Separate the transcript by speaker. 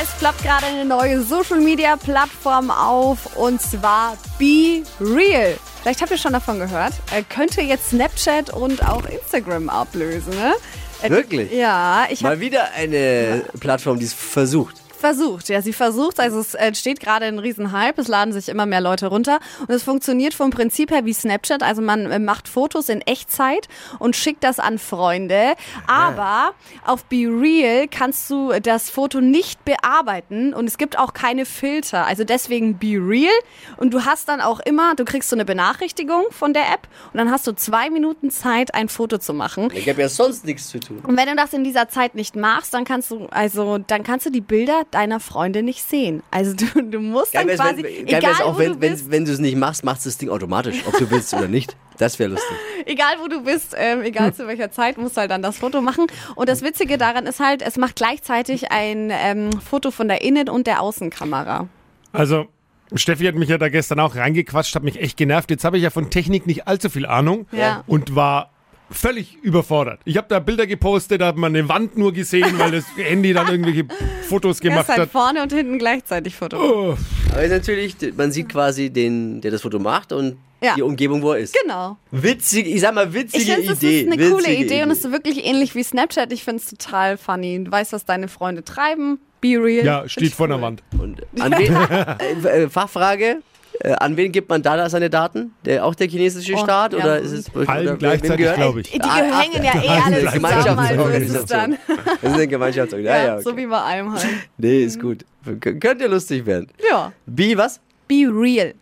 Speaker 1: Es ploppt gerade eine neue Social Media Plattform auf und zwar Be Real. Vielleicht habt ihr schon davon gehört. Äh, könnte jetzt Snapchat und auch Instagram ablösen, ne? Äh,
Speaker 2: Wirklich?
Speaker 1: Ja, ich habe
Speaker 2: Mal wieder eine Plattform, die es versucht.
Speaker 1: versucht. Ja, sie versucht. Also es entsteht gerade ein Riesenhype. Es laden sich immer mehr Leute runter. Und es funktioniert vom Prinzip her wie Snapchat. Also man äh, macht Fotos in Echtzeit und schickt das an Freunde. Aber auf Be Real kannst du das Foto nicht bearbeiten und es gibt auch keine Filter. Also deswegen Be Real. Und du hast dann auch immer, du kriegst so eine Benachrichtigung von der App und dann hast du zwei Minuten Zeit, ein Foto zu machen.
Speaker 2: Ich habe ja sonst nichts zu tun.
Speaker 1: Und wenn du das in dieser Zeit nicht machst, dann kannst du also dann kannst du die Bilder deiner Freunde nicht sehen. Also du, du musst dann
Speaker 2: Geil wär's,
Speaker 1: quasi
Speaker 2: wenn, geil
Speaker 1: egal
Speaker 2: wär's auch,
Speaker 1: wo du
Speaker 2: wenn,
Speaker 1: bist,
Speaker 2: wenn, wenn du es nicht machst, macht das Ding automatisch, ob du willst oder nicht. Das wäre lustig.
Speaker 1: egal wo du bist, ähm, egal zu welcher Zeit, musst du halt dann das Foto machen. Und das Witzige daran ist halt, es macht gleichzeitig ein ähm, Foto von der Innen- und der Außenkamera.
Speaker 3: Also, Steffi hat mich ja da gestern auch reingequatscht, hat mich echt genervt. Jetzt habe ich ja von Technik nicht allzu viel Ahnung
Speaker 1: Ja.
Speaker 3: und war völlig überfordert. Ich habe da Bilder gepostet, habe mal eine Wand nur gesehen, weil das Handy dann irgendwelche Fotos
Speaker 1: Du
Speaker 3: gemacht
Speaker 1: kannst halt
Speaker 3: hat. Oh,
Speaker 1: vorne und hinten gleichzeitig Foto.
Speaker 2: Aber ist natürlich, man sieht quasi den, der das Foto macht und
Speaker 1: Ja.
Speaker 2: die Umgebung, wo er ist.
Speaker 1: Genau.
Speaker 2: Witzig, ich sag mal,
Speaker 1: Ich
Speaker 2: witzige
Speaker 1: finde, das ist
Speaker 2: Idee.
Speaker 1: eine coole
Speaker 2: witzige
Speaker 1: Idee, und es ist wirklich ähnlich wie Snapchat. Ich finde es total funny. Du weißt, was deine Freunde treiben. Be real.
Speaker 3: Ja, steht vor der Wand.
Speaker 2: Und an wen, äh, äh, Fachfrage, äh, an wen gibt man da seine Daten? Der, auch der chinesische
Speaker 1: Oh,
Speaker 2: Staat?
Speaker 1: ja.
Speaker 2: Oder ist es
Speaker 3: Allen
Speaker 2: oder wem
Speaker 3: gleichzeitig,
Speaker 2: gehört?
Speaker 3: glaube ich.
Speaker 1: Die
Speaker 2: Ah, ach,
Speaker 1: hängen ja eh
Speaker 3: da
Speaker 1: alle zusammen, also ist
Speaker 3: ist
Speaker 1: es dann.
Speaker 2: Gemeinschaftsorganisation. Das ist eine Gemeinschaftsorganisation. Ja, ja, okay.
Speaker 1: So wie bei allem halt.
Speaker 2: Nee, ist gut. Kön- Könnte lustig werden.
Speaker 1: Ja.
Speaker 2: Wie, was?
Speaker 1: Be real.